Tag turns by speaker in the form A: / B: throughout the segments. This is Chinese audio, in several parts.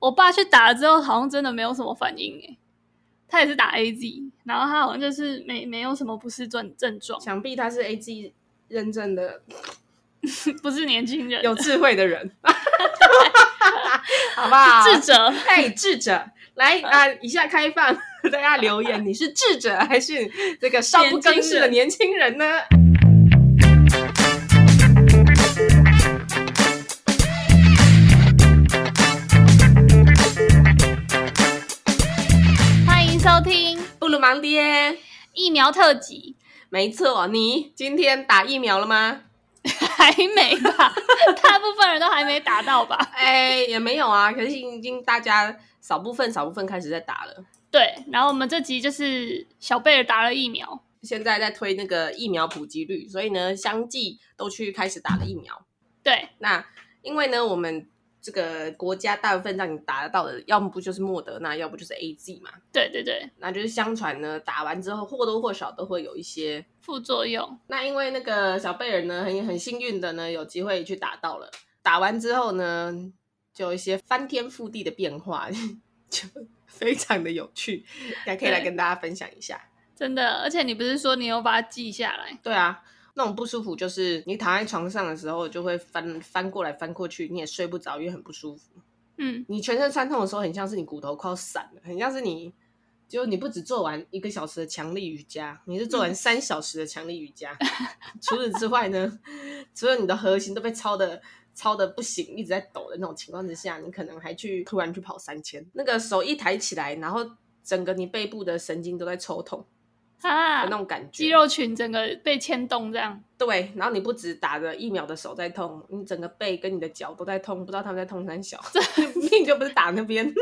A: 我爸去打了之后，好像真的没有什么反应诶。他也是打 A Z，然后他好像就是没没有什么不适症症状，
B: 想必他是 A G 认证的
A: 不是年轻人
B: 有智慧的人， 好不好？
A: 智者。
B: 哎， 智者，来啊、以下开放大家留言，你是智者还是这个少不更事的年轻人呢？
A: 欢迎收听
B: 布鲁盲爹，
A: 疫苗特辑，
B: 没错，你今天打疫苗了吗？
A: 还没吧？ 大部分人都还没打到吧？
B: 哎，也没有啊，可是已经大家少部分少部分开始在打了，
A: 对，然后我们这集就是小贝尔打了疫苗，
B: 现在在推那个疫苗普及率，所以呢，相继都去开始打了疫苗。
A: 对，
B: 那因为呢，我们这个国家大部分让你打得到的，要么不就是莫德纳，要不就是 A Z 嘛。
A: 对对对，
B: 那就是相传呢，打完之后或多或少都会有一些。
A: 副作用，
B: 那因为那个小贝尔呢，很很幸运的呢，有机会去打到了。打完之后呢，就有一些翻天覆地的变化， 就非常的有趣，也可以来
A: 对
B: 跟大家分享一下。
A: 真的。而且你不是说你有把它记下来？
B: 对啊，那种不舒服就是你躺在床上的时候，就会翻翻过来翻过去，你也睡不着，因为很不舒服。
A: 嗯，
B: 你全身酸痛的时候，很像是你骨头快要散了，很像是你，就你不止做完一个小时的强力瑜伽，你是做
A: 嗯
B: 完三小时的强力瑜伽。 除此之外呢，除了你的核心都被超的超的不行，一直在抖的那种情况之下，你可能还去突然去跑三千，那个手一抬起来，然后整个你背部的神经都在抽痛的
A: 啊
B: 那，种感觉。
A: 肌肉群整个被牵动这 样。
B: 对，然后你不止打着疫苗的手在痛，你整个背跟你的脚都在痛，不知道他们在痛三小，这 命就不是打那 边。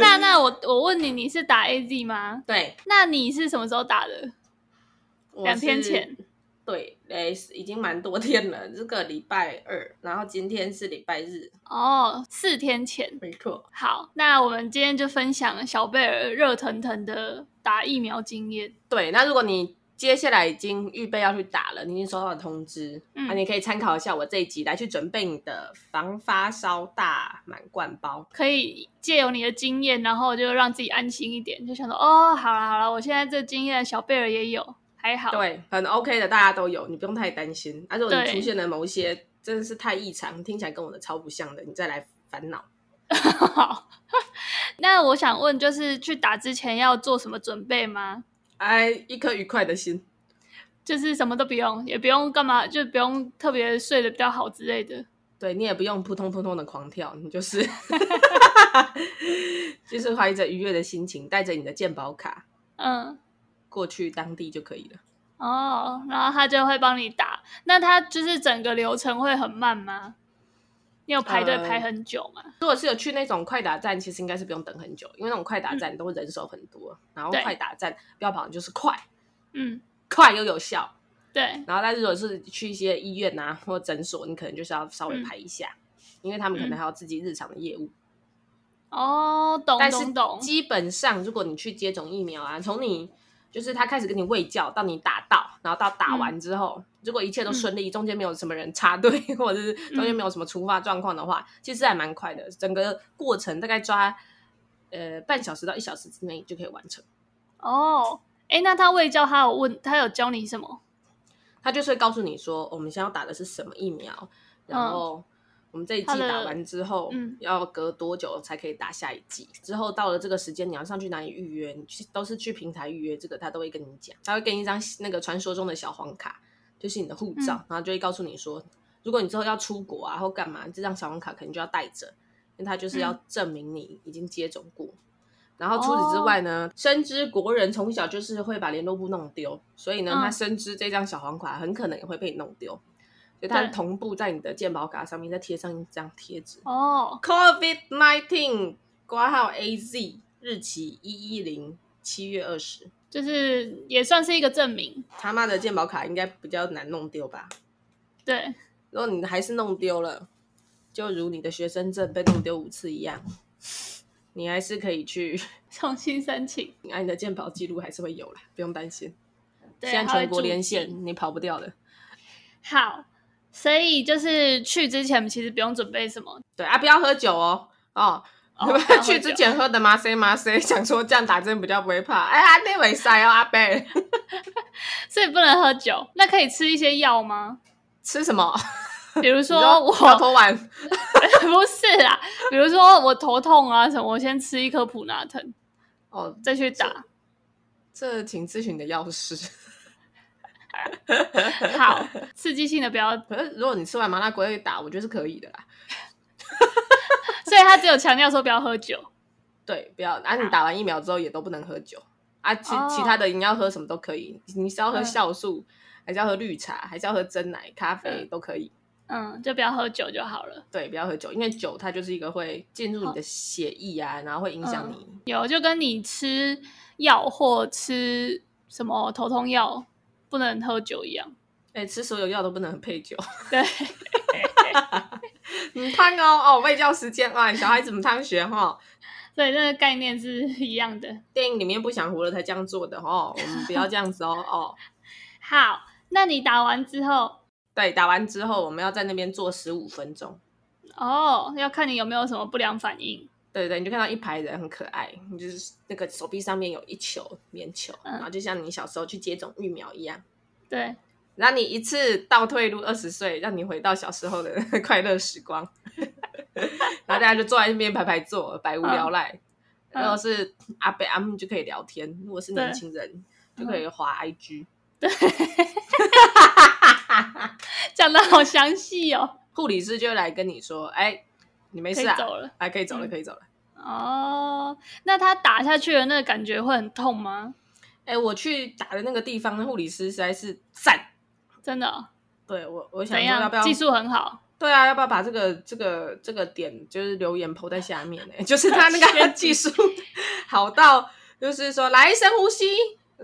A: 那那我我问你，你是打 A Z 吗？
B: 对，
A: 那你是什么时候打的？
B: 我
A: 两天
B: 是
A: 前。
B: 对，诶，已经蛮多天了。这个礼拜二，然后今天是礼拜日，
A: 哦，四天前。
B: 没错。
A: 好，那我们今天就分享小贝尔热腾腾的打疫苗经验。
B: 对，那如果你接下来已经预备要去打了，你已经收到了通知，
A: 嗯
B: 那你可以参考一下我这一集来去准备你的防发烧大满贯包。
A: 可以借由你的经验，然后就让自己安心一点，就想说哦，好了好了，我现在这经验小贝尔也有，还好。，
B: 对，很 OK 的，大家都有，你不用太担心。啊，如果你
A: 对
B: 出现了某一些真的是太异常，听起来跟我的超不像的，你再来烦恼。
A: 好。 那我想问，就是去打之前要做什么准备吗？
B: 哎，一颗愉快的心。
A: 就是什么都不用，也不用干嘛，就不用特别睡得比较好之类的。
B: 对你也不用扑通扑通的狂跳，你就是 就是怀着愉悦的心情，带着你的健保卡
A: 嗯，
B: 过去当地就可以了。
A: 哦，然后他就会帮你打。那他就是整个流程会很慢吗？你有排队
B: 呃
A: 排很久吗？
B: 如果是有去那种快打站，其实应该是不用等很久，因为那种快打站都人手很多，然后
A: 对
B: 快打站标榜就是快，
A: 嗯，
B: 快又有效。
A: 对，
B: 然后，但是如果是去一些医院啊或诊所，你可能就是要稍微排一下，因为他们可能还有自己日常的业务。
A: 哦，懂
B: 但是
A: 懂懂，
B: 基本上，如果你去接种疫苗啊，从你就是他开始跟你喂教到你打到，然后到打完之后，
A: 嗯
B: 如果一切都顺利，中间没有什么人插队，或者是中间没有什么突发状况的
A: 嗯
B: 话，其实还蛮快的。整个过程大概抓呃半小时到一小时之内就可以完成。
A: 哦，哎，那他未教他有问，他有教你什么？
B: 他就是会告诉你说，哦我们现在要打的是什么疫苗，然后我们这一
A: 它
B: 季
A: 嗯的
B: 打完之后，
A: 嗯
B: 要隔多久才可以打下一季？之后到了这个时间，你要上去哪里预约？你去都是去平台预约，这个他都会跟你讲，他会给你一张那个传说中的小黄卡，就是你的护照，
A: 嗯
B: 然后就会告诉你说，如果你之后要出国啊或干嘛，这张小黄卡可能就要带着，因为他就是
A: 嗯
B: 要证明你已经接种过。然后除
A: 哦
B: 此之外呢，深知国人从小就是会把联络簿弄丢，所以呢，
A: 嗯
B: 他深知这张小黄卡很可能也会被你弄丢，所以他
A: 对
B: 同步在你的健保卡上面再贴上一张贴纸
A: 哦，
B: ，COVID nineteen 挂号 AZ 日期一一零七月二十。
A: 就是也算是一个证明，
B: 他妈的健保卡应该比较难弄丢吧？
A: 对，
B: 如果你还是弄丢了，就如你的学生证被弄丢五次一样，你还是可以去，
A: 重新申请，
B: 按你的健保记录还是会有啦，不用担心。
A: 对，
B: 现在
A: 他会
B: 全国
A: 注
B: 连
A: 记
B: 线，你跑不掉的。
A: 好，所以就是去之前其实不用准备什 么，
B: 对啊，不要喝酒哦，哦，
A: 哦
B: 你们
A: 不要喝
B: 去
A: 酒
B: 之前喝的麻塞麻塞， 想说这样打针比较不会怕。哎呀，那没塞哦，阿贝，
A: 所以不能喝酒。那可以吃一些药吗？
B: 吃什么？
A: 比如
B: 你
A: 说我
B: 摇头丸，
A: 不是啦，比如说我头痛啊什么，我先吃一颗普拿疼，
B: 哦，
A: 再去打。
B: 这请咨询你的药师。
A: 好，刺激性的不要，
B: 可是如果你吃完麻辣锅再打，我觉得是可以的啦。
A: 所以他只有强调说不要喝酒。
B: 对，不要啊！你打完疫苗之后也都不能喝酒啊，其、
A: 哦
B: 其他的你要喝什么都可以，你是要喝
A: 嗯
B: 酵素，还是要喝绿茶，还是要喝真奶、咖啡
A: 嗯
B: 都可以。
A: 嗯，就不要喝酒就好了。
B: 对，不要喝酒，因为酒它就是一个会进入你的血液啊，然后会影响
A: 嗯
B: 你
A: 有就跟你吃药或吃什么头痛药不能喝酒一样。
B: 哎、吃所有药都不能配酒，
A: 对，
B: 嗯，汤哦哦，喂教时间啊、小孩子们汤学哈、
A: 所以这个概念是一样的。
B: 电影里面不想活了才这样做的哦，我们不要这样子哦哦。
A: 好，那你打完之后，
B: 对，打完之后我们要在那边坐十五分钟，
A: 哦，要看你有没有什么不良反应。
B: 对对，你就看到一排人很可爱，你就是那个手臂上面有一球棉球，
A: 嗯
B: 然后就像你小时候去接种疫苗一样，
A: 对，
B: 让你一次倒退入二十岁，让你回到小时候的 快乐时光。然后大家就坐在那边排排坐，百无聊赖。
A: 嗯
B: 如果是阿伯阿姆就可以聊天，如果是年
A: 对嗯
B: 轻人就可以滑 IG。
A: 讲的好详细哦，
B: 护理师就会来跟你说：“哎，你没
A: 可
B: 事
A: 以
B: 啊，
A: 走了。
B: 哎，可以走了，
A: 嗯
B: 可以走了。
A: 哦，那他打下去的那个感觉会很痛吗？
B: 哎，我去打的那个地方，那护理师实在是赞。
A: 真的哦、
B: 对我，我想
A: 怎
B: 说要
A: 样
B: 不？要
A: 技术很好，
B: 对啊，要不要把这个这个这个点就是留言抛在下面 呢、就是他那个技术 好到，就是说来深呼吸，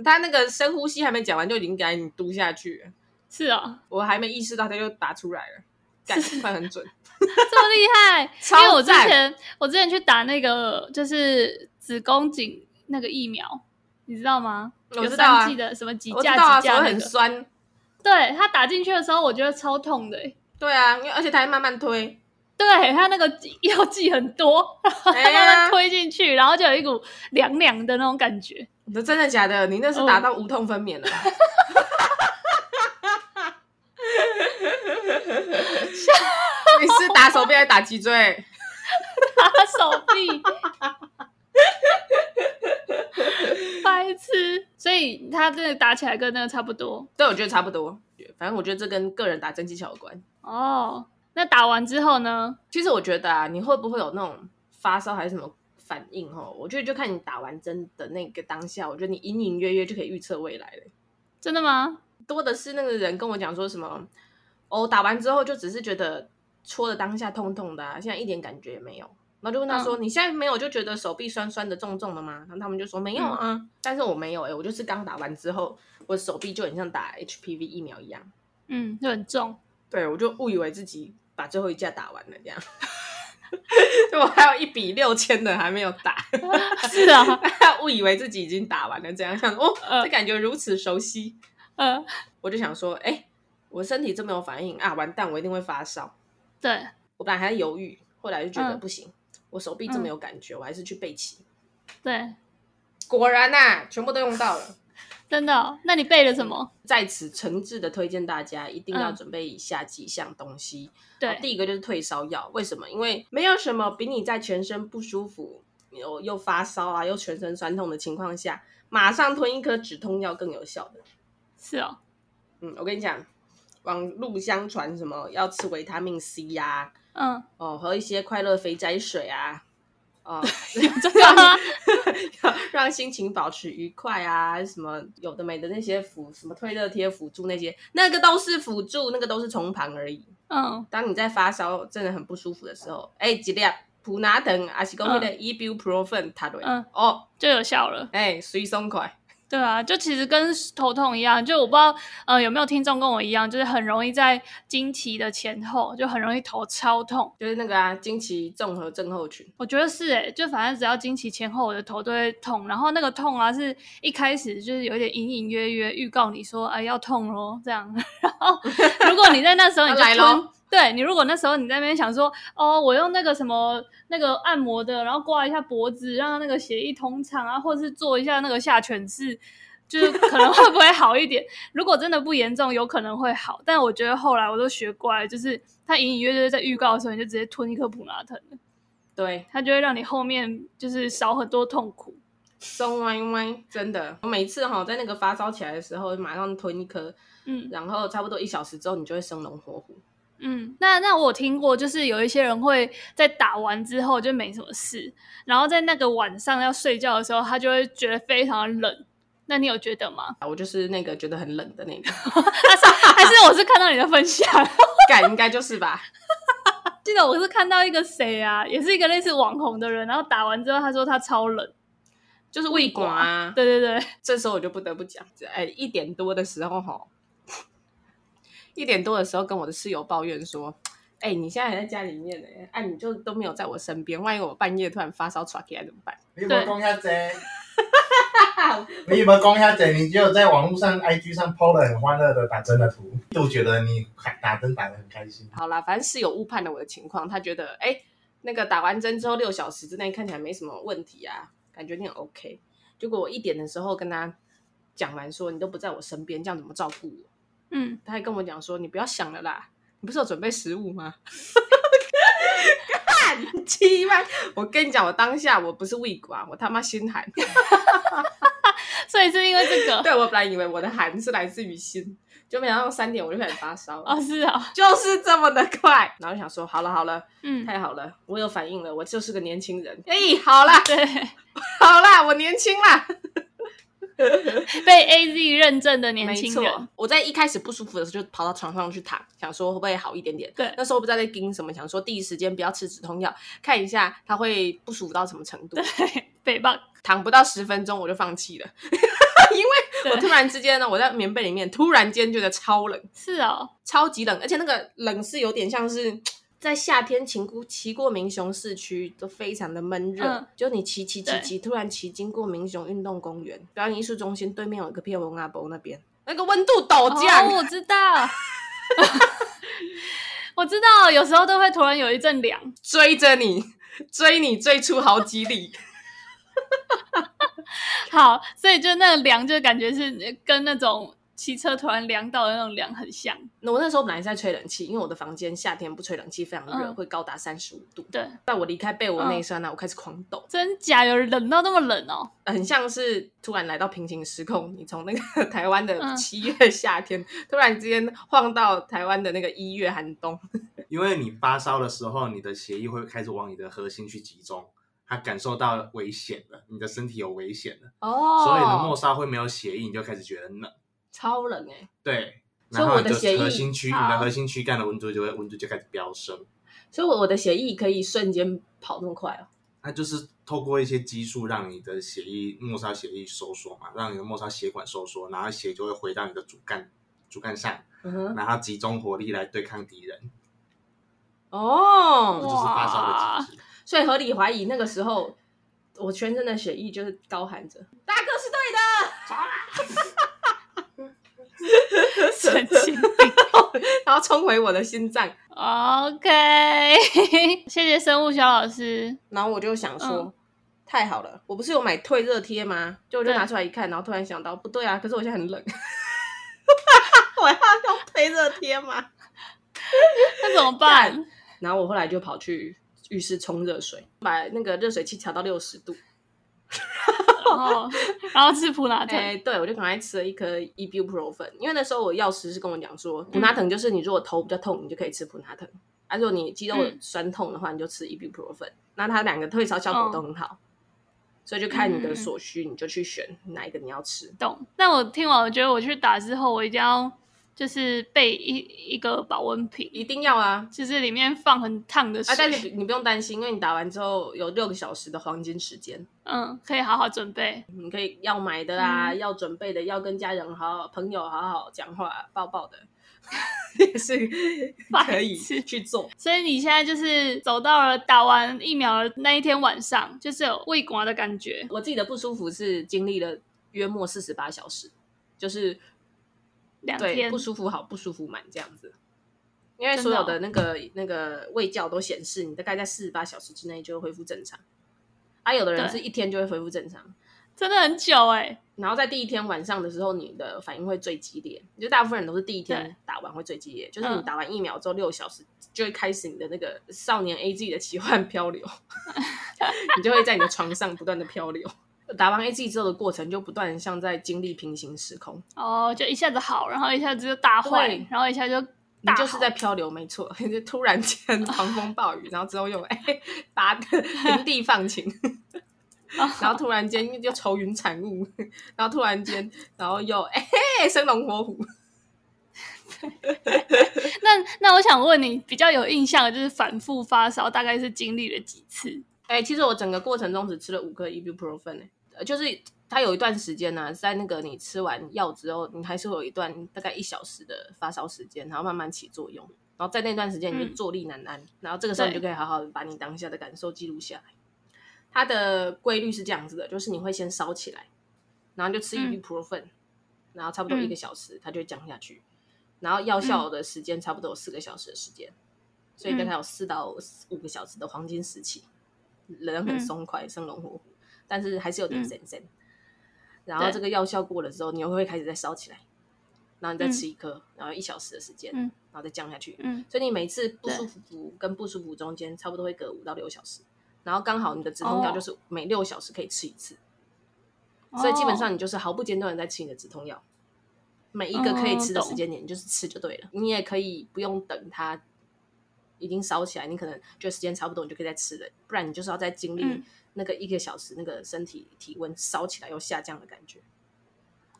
B: 他那个深呼吸还没讲完就已经给你嘟下去了，
A: 是哦，
B: 我还没意识到他就打出来了， 感快很准，
A: 这么厉害
B: 。超赞
A: 因为我之前我之前去打那个就是子宫颈那个疫苗，你知道吗？
B: 我
A: 有
B: 知道啊
A: 三剂的什么几
B: 我知
A: 价
B: 道啊，
A: 几
B: 手
A: 价那
B: 很
A: 个，
B: 酸，
A: 对他打进去的时候，我觉得超痛的欸、
B: 对啊，因为而且他还慢慢推，
A: 对他那个药剂 很多，然后他
B: 哎
A: 慢
B: 呀
A: 慢推进去，然后就有一股凉凉的那种感觉。
B: 我说真的假的？你那
A: 哦
B: 是打到无痛分娩了吧？ 你是打手臂还是打脊椎？
A: 打手 臂，白痴。所以他真的打起来跟那个差不多
B: 对，我觉得差不多。反正我觉得这跟个人打针技巧有关。
A: 哦。那打完之后呢？
B: 其实我觉得啊，你会不会有那种发烧还是什么反应？哦，我觉得就看你打完针的那个当下，我觉得你隐隐约约就可以预测未来了。
A: 真的吗？
B: 多的是那个人跟我讲说什么，哦，打完之后就只是觉得戳的当下痛痛的、啊，现在一点感觉也没有。然后就问他说：“你现在没有就觉得手臂酸酸的、重重的吗？”然后他们就说：“没有啊。但是我没有哎、我就是刚打完之后，我手臂就很像打 HPV 疫苗一样。
A: 嗯，就很重。
B: 对，我就误以为自己把最后一架打完了，这样。 就我还有一笔六千的还没有打，
A: 是啊，
B: 误以为自己已经打完了，这样想哦，
A: 嗯
B: 这感觉如此熟悉。
A: 呃，
B: 我就想说，哎、我身体这么有反应啊，完蛋，我一定会发烧。
A: 对，
B: 我本来还在犹豫，后来就觉得
A: 嗯
B: 不行，我手臂这么有感觉，我还是去备齐。
A: 对，
B: 果然呐、全部都用到了。
A: 真的哦、那你背了什么？
B: 在此诚挚的推荐大家，一定要
A: 嗯
B: 准备以下几项东西。好
A: 对，
B: 第一个就是退烧药。为什么？因为没有什么比你在全身不舒服、又又发烧啊、又全身酸痛的情况下，马上吞一颗止痛药更有效的。
A: 是哦，
B: 嗯，我跟你讲，网路相传什么要吃维他命 C 呀、
A: 嗯，
B: 哦，喝一些快乐肥宅水啊， 哦，
A: 真的吗？
B: 让让心情保持愉快啊，什么有的没的那些辅什么退热贴、辅助那些，那个都是辅助，那个都是从旁而已。
A: 嗯，
B: 当你在发烧真的很不舒服的时候，哎，几粒普拿疼，还是讲那个 ibuprofen 它对
A: 嗯，
B: 哦，
A: 就有效了。
B: 哎，随松快，
A: 对啊，就其实跟头痛一样，就我不知道呃有没有听众跟我一样，就是很容易在经期的前后就很容易头超痛。
B: 就是那个啊，经期综合症候群，
A: 我觉得是诶、就反正只要经期前后，我的头都会痛，然后那个痛啊，是一开始就是有一点隐隐约约预告你说，哎，要痛咯，这样。 然 后如果你在那时候你就
B: 要来
A: 吞
B: 咯，
A: 对你如果那时候你在那边想说，哦，我用那个什么那个按摩的，然后刮一下脖子，让那个血液通畅啊，或者是做一下那个下犬式。就是可能会不会好一点？如果真的不严重，有可能会好。但我觉得后来我都学乖了，就是它隐隐约约在预告的时候，你就直接吞一颗普拿疼了。
B: 对，
A: 它就会让你后面就是少很多痛苦。
B: 松歪歪，真的，我每次哈在那个发烧起来的时候，马上吞一颗，
A: 嗯
B: 然后差不多一小时之后，你就会生龙活虎。
A: 嗯，那那我有听过，就是有一些人会在打完之后就没什么事，然后在那个晚上要睡觉的时候，他就会觉得非常的冷。那你有觉得 吗？
B: 啊我就是那个觉得很冷的那个，
A: 还是还是我是看到你的分享，
B: 干应该就是吧？
A: 记得我是看到一个谁啊，也是一个类似网红的人，然后打完之后他说他超冷，
B: 就是胃管啊。
A: 对对对，
B: 这时候我就不得不讲，哎，一点多的时候哈，一点多的时候跟我的室友抱怨说，哎，你现在还在家里面呢、哎、你就都没有在我身边，万一我半夜突然发烧喘起来怎么办？
C: 你有没有讲遐济？你有没有讲遐济？你只有在网络上、IG 上 PO 了很欢乐的打针的图，就觉得你打针打得很开心。
B: 好啦，反正室友误判了我的情况，他觉得哎、那个打完针之后六小时之内看起来没什么问题啊，感觉你很 OK。结果我一点的时候跟他讲完说，你都不在我身边，这样怎么照顾我？
A: 嗯，
B: 他还跟我讲说，你不要想了啦，你不是有准备食物吗？ 干鸡巴！我跟你讲，我当下我不是胃管，我他妈心寒。
A: 所以是因为这个
B: 对我本来以为我的寒是来自于心，就没想到三点我就开始发烧了，
A: 哦，是啊，
B: 就是这么的快。然后想说，好了好了，
A: 嗯，
B: 太好了，我有反应了，我就是个年轻人。哎、好啦，
A: 对，
B: 好啦，我年轻啦，
A: 被 A Z 认证的年
B: 没
A: 轻人
B: 错。。我在一开始不舒服的时候，就跑到床上去躺，想说会不会好一点点。
A: 对
B: 那时候不知道在盯什么，想说第一时间不要吃止痛药，看一下它会不舒服到什么程度。
A: 对， 北棒，
B: 躺不到十分钟我就放弃了，因为我
A: 对
B: 突然之间呢，我在棉被里面突然间觉得超冷，
A: 是哦，
B: 超级冷，而且那个冷是有点像是。在夏天骑过骑过民雄市区都非常的闷热，
A: 嗯
B: 就你骑骑骑
A: 对
B: 骑，突然骑经过民雄运动公园表演艺术中心对面有一个片文阿伯那边，那个温度陡降，
A: 哦，我知道， 我知道，有时候都会突然有一阵凉，
B: 追着你 追你追出好几里，
A: 好，所以就那个凉，就感觉是跟那种骑车突然凉到的那种凉很像，
B: 那 我那时候本来是在吹冷气，因为我的房间夏天不吹冷气非常热，
A: 嗯
B: 会高达三十五度。
A: 对，
B: 在我离开被窝那一刹那，我开始狂抖，
A: 真假有冷到那么冷哦，
B: 很像是突然来到平行时空，你从那个 台湾的
A: 嗯
B: 七月夏天，突然之间晃到台湾的那个一月寒冬。
C: 因为你发烧的时候，你的血液会开始往你的核心去集中，它感受到危险了，你的身体有危险了，
B: 哦
C: 所以你的末梢会没有血液，你就开始觉得冷。
B: 超冷哎、
C: 对，
B: 所以
C: 然
B: 我
C: 后
B: 的
C: 你就
B: 血液
C: 核心区，你
A: 好
C: 的核心躯干的温度就会温度就开始飙升。
B: 所以我我的血液可以瞬间跑那么快哦。
C: 它就是透过一些激素让你的血液末梢血液收缩嘛，让你的末梢血管收缩，然后血就会回到你的主干主干上，
B: 嗯哼，
C: 然后集中火力来对抗敌人，这就
B: 哦，
C: 是发烧的机制。
B: 所以合理怀疑那个时候我全身的血液就是高喊着“大哥是对的”。
A: 神经病。
B: 然后冲回我的心脏。
A: OK，谢 谢生物小老师。
B: 然后我就想说，
A: 嗯
B: 太好了，我不是有买退热贴吗？就我就
A: 对
B: 拿出来一看，然后突然想到，不对啊，可是我现在很冷， 我要用退热贴吗？
A: 那怎么办？
B: 然后我后来就跑去浴室冲热水，把那个热水器调到六十度。
A: 然后，哦然后吃普拿疼。
B: 哎、对，我就赶快吃了一颗 ibuprofen，因为那时候我药师是跟我讲说，
A: 嗯
B: 普拿疼就是你如果头比较痛，你就可以吃普拿疼；，啊，如果你肌肉
A: 嗯
B: 酸痛的话，你就吃 ibuprofen。那它两个退烧效果都很
A: 哦
B: 好，所以就看
A: 嗯
B: 你的所需，你就去选哪一个你要吃。
A: 懂。但我听完，我觉得我去打之后，我一定要就是备一一个保温瓶，
B: 一定要啊！
A: 就是里面放很烫的
B: 啊，但
A: 水，
B: 是你不用担心，因为你打完之后有六个小时的黄金时间，
A: 嗯，可以好好准备。
B: 你可以要买的啦，
A: 嗯
B: 要准备的，要跟家人好好、朋友好好讲话、抱抱的， 也是可以
A: 白痴
B: 去做。
A: 所以你现在就是走到了打完疫苗的那一天晚上，就是有胃管的感觉，
B: 我自己的不舒服是经历了约莫四十八小时，就是
A: 两
B: 对
A: 天
B: 不舒服好不舒服满这样子。因为
A: 真的
B: 所有
A: 哦
B: 的那个那个胃教都显示，你大概在四十八小时之内就会恢复正常，啊，有的人
A: 对
B: 是一天就会恢复正常，
A: 真的很久哎、
B: 然后在第一天晚上的时候，你的反应会最激烈，就大部分人都是第一
A: 对
B: 天打完会最激烈，就是你
A: 嗯
B: 打完疫苗之后六小时就会开始你的那个少年 A G 的奇幻 漂流，你就会在你的床上不断的漂流。打完 A G 之后的过程就不断地像在经历平行时空，
A: 哦，就一下子好，然后一下子就大坏
B: 对，
A: 然后一下就
B: 你
A: 大
B: 就是
A: 好
B: 在漂流，没错， 就突然间狂风暴雨，然后之后又 哎拔平地放晴， 然后突然间又愁云惨雾，然后突然间，然后又哎嘿生龙活虎，
A: 那那我想问你，比较有印象的就是反复发烧，大概是经历了几次？
B: 哎、其实我整个过程中只吃了五颗 ibuprofen，、欸、呃就是它有一段时间呢、啊在那个你吃完药之后，你还是会有一段大概一小时的发烧时间，然后慢慢起作用，然后在那段时间你
A: 嗯
B: 就坐立难安，然后这个时候你就可以好好地把你当下的感受记录下来。它的规律是这样子的，就是你会先烧起来，然后就吃
A: 嗯
B: ibuprofen，、然后差不多一个小时，它就会降下去，然后药
A: 嗯
B: 效的时间差不多有四个小时的时间，所以大概有四到五个小时的黄金时期，人很松快，生龙活虎，但是还是有点
A: 嗯
B: 神神。然后
A: 对
B: 这个药效过了之后，你又会开始再烧起来，然后你再吃一颗，然后一小时的时间，
A: 嗯
B: 然后再降下去。
A: 嗯，
B: 所以你每次不
A: 对
B: 舒服跟不舒服中间，差不多会隔五到六小时。然后刚好你的止痛药
A: 哦
B: 就是每六小时可以吃一次，所以基本上
A: 哦
B: 你就是毫不间断的在吃你的止痛药，每一个可以吃的
A: 嗯懂
B: 时间点你就是吃就对了，你也可以不用等它已经烧起来，你可能觉得时间差不多，你就可以再吃了，不然你就是要再经历
A: 嗯
B: 那个一个小时那个身体体温烧起来又下降的感觉。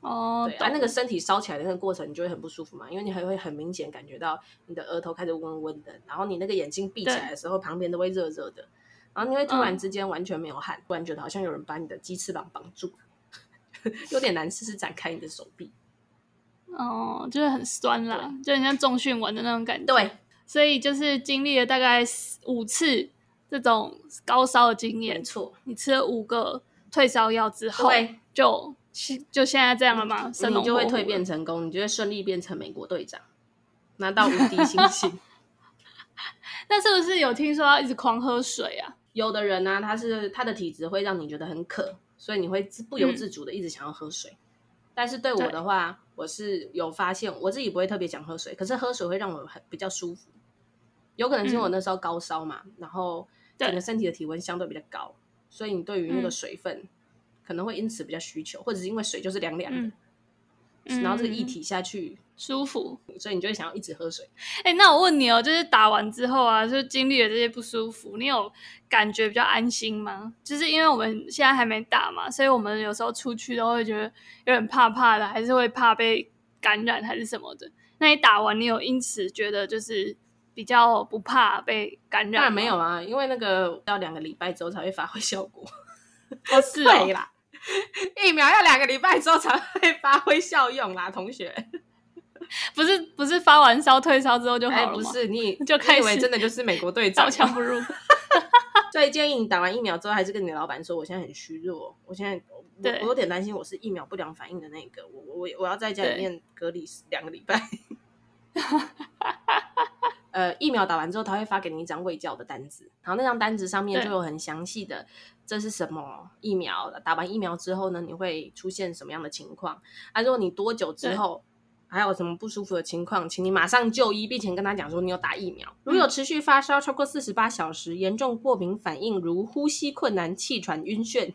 A: 哦，
B: 对，啊，那
A: 懂
B: 个身体烧起来的那个过程，你就会很不舒服嘛，因为你还会很明显感觉到你的额头开始温温的，然后你那个眼睛闭起来的时候，旁边都会热热的，然后你会突然
A: 嗯
B: 之间完全没有汗，突然觉得好像有人把你的鸡翅膀绑住， 有点难试试展开你的手臂。
A: 哦，就是很酸啦，就很像重训完的那种感觉。，
B: 对，
A: 所以就是经历了大概四五次这种高烧的经
B: 没
A: 验，
B: 错，
A: 你吃了五个退烧药之后，
B: 对嗯
A: 就就现在这样了吗？生龙
B: 你就会
A: 活虎
B: 蜕
A: 了
B: 变成功，你就会顺利变成美国队长，拿到无敌星星。
A: 那是不是有听说要一直狂喝水啊？
B: 有的人呢、他是他的体质会让你觉得很渴，所以你会自不由自主的一直想要喝水。但是对我的话，我是有发现我自己不会特别想喝水，可是喝水会让我很比较舒服。有可能是因为我那时候高烧嘛，然后
A: 对
B: 整个身体的体温相对比较高，所以你对于那
A: 嗯
B: 个水分可能会因此比较需求，或者是因为水就是凉凉
A: 嗯
B: 的，然后这个液体下去，
A: 舒服，
B: 所以你就会想要一直喝水。
A: 哎、那我问你哦，就是打完之后啊，就是经历了这些不舒服，你有感觉比较安心吗？就是因为我们现在还没打嘛，所以我们有时候出去都会觉得有点怕怕的，还是会怕被感染还是什么的。那你打完，你有因此觉得就是比较不怕被感染？
B: 当然没有，啊，因为那个要两个礼拜之后才会发挥效果。
A: 哦是哦
B: 对，啦， 疫苗要两个礼拜之后才会发挥效用啦，同学。
A: 不是不是发完烧退烧之后就好
B: 哎，
A: 了吗？
B: 不是你，
A: 就开始
B: 你以为真的就是美国队
A: 刀
B: 长。
A: 枪不 入。
B: 所以建议你打完疫苗之后，还是跟你的老板说，我现在很虚弱，我现在我
A: 对
B: 我有点担心我是疫苗不良反应的那个，我我我要在家
A: 对
B: 里面隔离两个礼 拜。呃，疫苗打完之后，他会发给你一张卫教的单子，然后那张单子上面
A: 对
B: 就有很详细的这是什么疫苗，打完疫苗之后呢，你会出现什么样的情况？啊，如果你多久之后还有什么不舒服的情况，请你马上就医，并且跟他讲说你有打疫苗。
A: 嗯
B: 如有持续发烧超过四十八小时，严重过敏反应如呼吸困难、气喘、晕眩、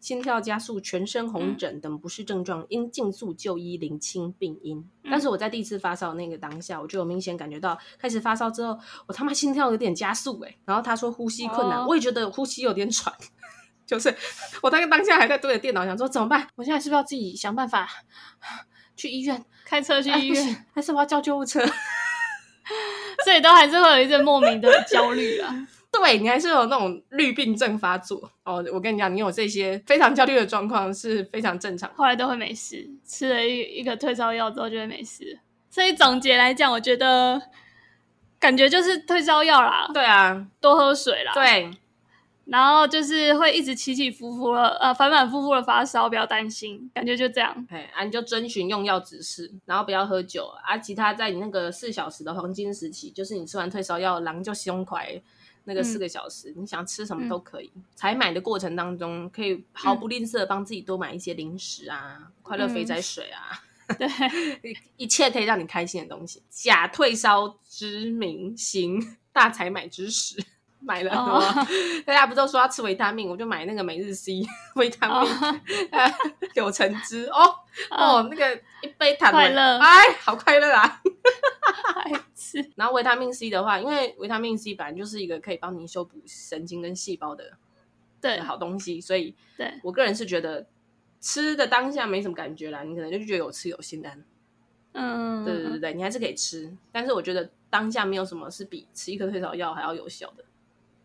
B: 心跳加速、全身红疹
A: 嗯
B: 等不适症状，应尽速就医，厘清病因。
A: 嗯
B: 但是我在第一次发烧的那个当下，我就有明显感觉到，开始发烧之后，我他妈心跳有点加速哎、然后他说呼吸困难，
A: 哦
B: 我也觉得呼吸有点喘。 就是我当当下还在对着电脑想说怎么办？我现在是不是要自己想办法去医院，
A: 开车去
B: 哎
A: 医
B: 不
A: 院，
B: 行还是我要叫救护 车？
A: 所以都还是会有一阵莫名的焦虑 啊。
B: 对你还是有那种绿病症发作哦。我跟你讲，你有这些非常焦虑的状况是非常正常的。
A: 后来都会没事，吃了一一个退烧药之后就会没事。所以总结来讲，我觉得感觉就是退烧药啦，
B: 对啊，
A: 多喝水啦，，
B: 对，
A: 然后就是会一直起起伏伏了，呃，反反复复的发烧，不要担心，感觉就这样。
B: 哎，啊，你就遵循用药指示，然后不要喝酒啊。其他在你那个四小时的黄金时期，就是你吃完退烧药，狼就胸怀那个
A: 嗯
B: 四个小时，你想吃什么都可以。采买的过程当中，可以毫不吝啬地帮自己多买一些零食啊、快乐肥仔水啊，
A: 对，
B: 一切可以让你开心的东西。假退烧之名行 大采买之实。 买了很多，
A: 哦
B: 大家不都说要吃维他命，我就买那个每日 C 维他命、
A: 哦
B: 呃柳橙 汁哦，
A: 嗯
B: 哦，那个一杯糖
A: 快乐
B: 哎，好快乐啊！
A: 白痴，
B: 然后维他命 C 的话，因为维他命 C 本来就是一个可以帮你修补神经跟细胞的
A: 对，
B: 好东西，所以
A: 对，
B: 我个人是觉得吃的当下没什么感觉啦，你可能就觉得有吃有心安。
A: 嗯，
B: 对对对对，你还是可以吃，但是我觉得当下没有什么是比吃一颗退烧药还要有效的。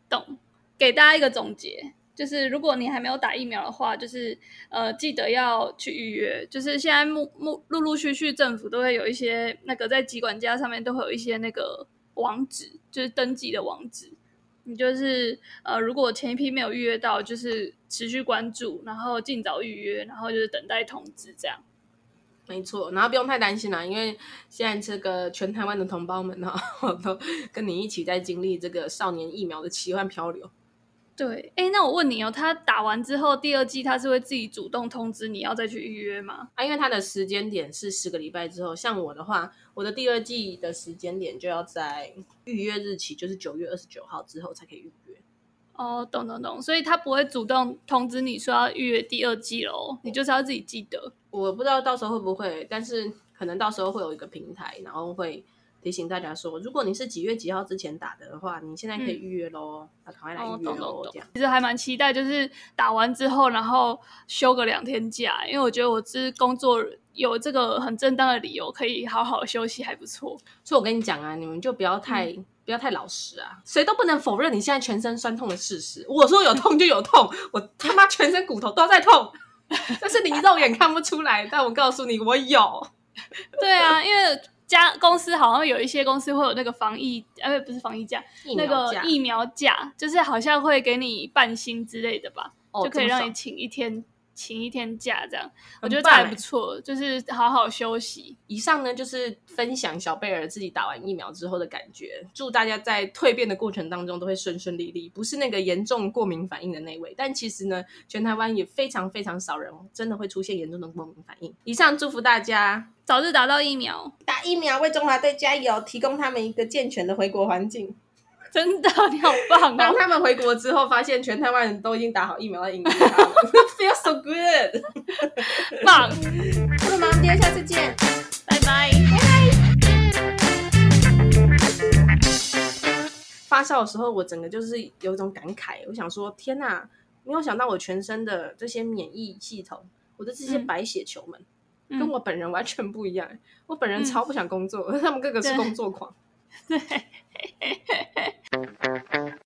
A: 懂。给大家一个总结，就是如果你还没有打疫苗的话，就是呃记得要去预约。就是现在目目陆陆续续政府都会有一些那个在疾管家上面都会有一些那个网址，就是登记的网址。你就是呃，如果前一批没有预约到，就是持续关注，然后尽早预约，然后就是等待通知这样。
B: 没错，然后不用太担心啦，因为现在这个全台湾的同胞们哈、哦， 都跟你一起在经历这个少年疫苗的奇幻漂流。
A: 对，哎，那我问你哦，他打完之后第二季他是会自己主动通知你要再去预约吗？
B: 啊，因为它的时间点是十个礼拜之后，像我的话，我的第二季的时间点就要在预约日期，就是九月二十九号之后才可以预约。
A: 哦，懂懂懂，所以他不会主动通知你说要预约第二季喽，你就是要自己记得。
B: 我不知道到时候会不会，但是可能到时候会有一个平台，然后会提醒大家说，如果你是几月几号之前打的话，你现在可以
A: 嗯
B: 预约喽，啊，赶快来
A: 哦，
B: 预约
A: 懂懂
B: 喽，
A: 懂
B: 这样。，
A: 其实还蛮期待，就是打完之后，然后休个两天假，因为我觉得我这工作有这个很正当的理由，可以好好休息，还不错。
B: 所以我跟你讲啊，你们就不要太、
A: 嗯
B: 不要太老实啊，谁都不能否认你现在全身酸痛的事实。我说有痛就有痛，我他妈全身骨头都在痛，但是你肉眼看不出来。但我告诉你，我有。
A: 对啊，因为家公司好像有一些公司会有那个防疫，呃，不是防疫假，那个
B: 疫苗价
A: 疫苗假，就是好像会给你半薪之类的吧，
B: 哦
A: 就可以
B: 这么
A: 让
B: 爽
A: 你请一天请一天假这样，我
B: 很
A: 觉得这
B: 棒
A: 还
B: 欸
A: 不错，就是好好休息。
B: 以上呢就是分享小贝尔自己打完疫苗之后的感觉。祝大家在蜕变的过程当中都会顺顺利利，不是那个严重过敏反应的那位。但其实呢，全台湾也非常非常少人哦真的会出现严重的过敏反应。以上祝福大家。
A: 早日打到疫苗，
B: 打疫苗为中华队加油，提供他们一个健全的回国环境。
A: 真的你好棒
B: 当
A: 哦！
B: 他们回国之后，发现全台湾人都已经打好疫苗了，迎接他们 ，feel so good。
A: 棒，
B: 我的忙爹，下次见。
A: 拜拜。
B: 发烧的时候，我整个就是有一种感慨，我想说，天哪、没有想到我全身的这些免疫系统，我的这些
A: 嗯
B: 白血球们，
A: 嗯
B: 跟我本人完全不一样。我本人
A: 嗯
B: 超不想工作，他们个个是
A: 对
B: 工作狂。
A: 对。